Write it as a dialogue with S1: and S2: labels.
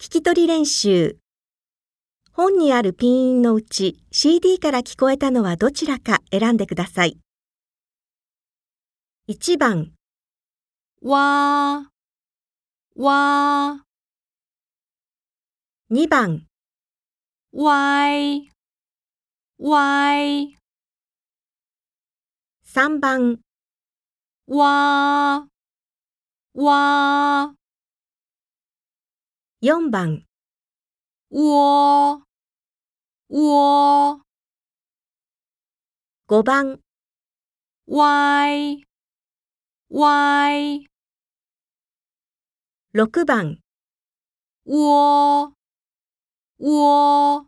S1: 聞き取り練習。本にあるピン音のうち CD から聞こえたのはどちらか選んでください。1番、
S2: わー、わ
S1: 2番、
S2: ー、わい、わい、
S1: 3番、
S2: わー、わ
S1: 4番、
S2: ー、我、我、
S1: 5番、
S2: わい、わい、
S1: 6番、
S2: 我、我。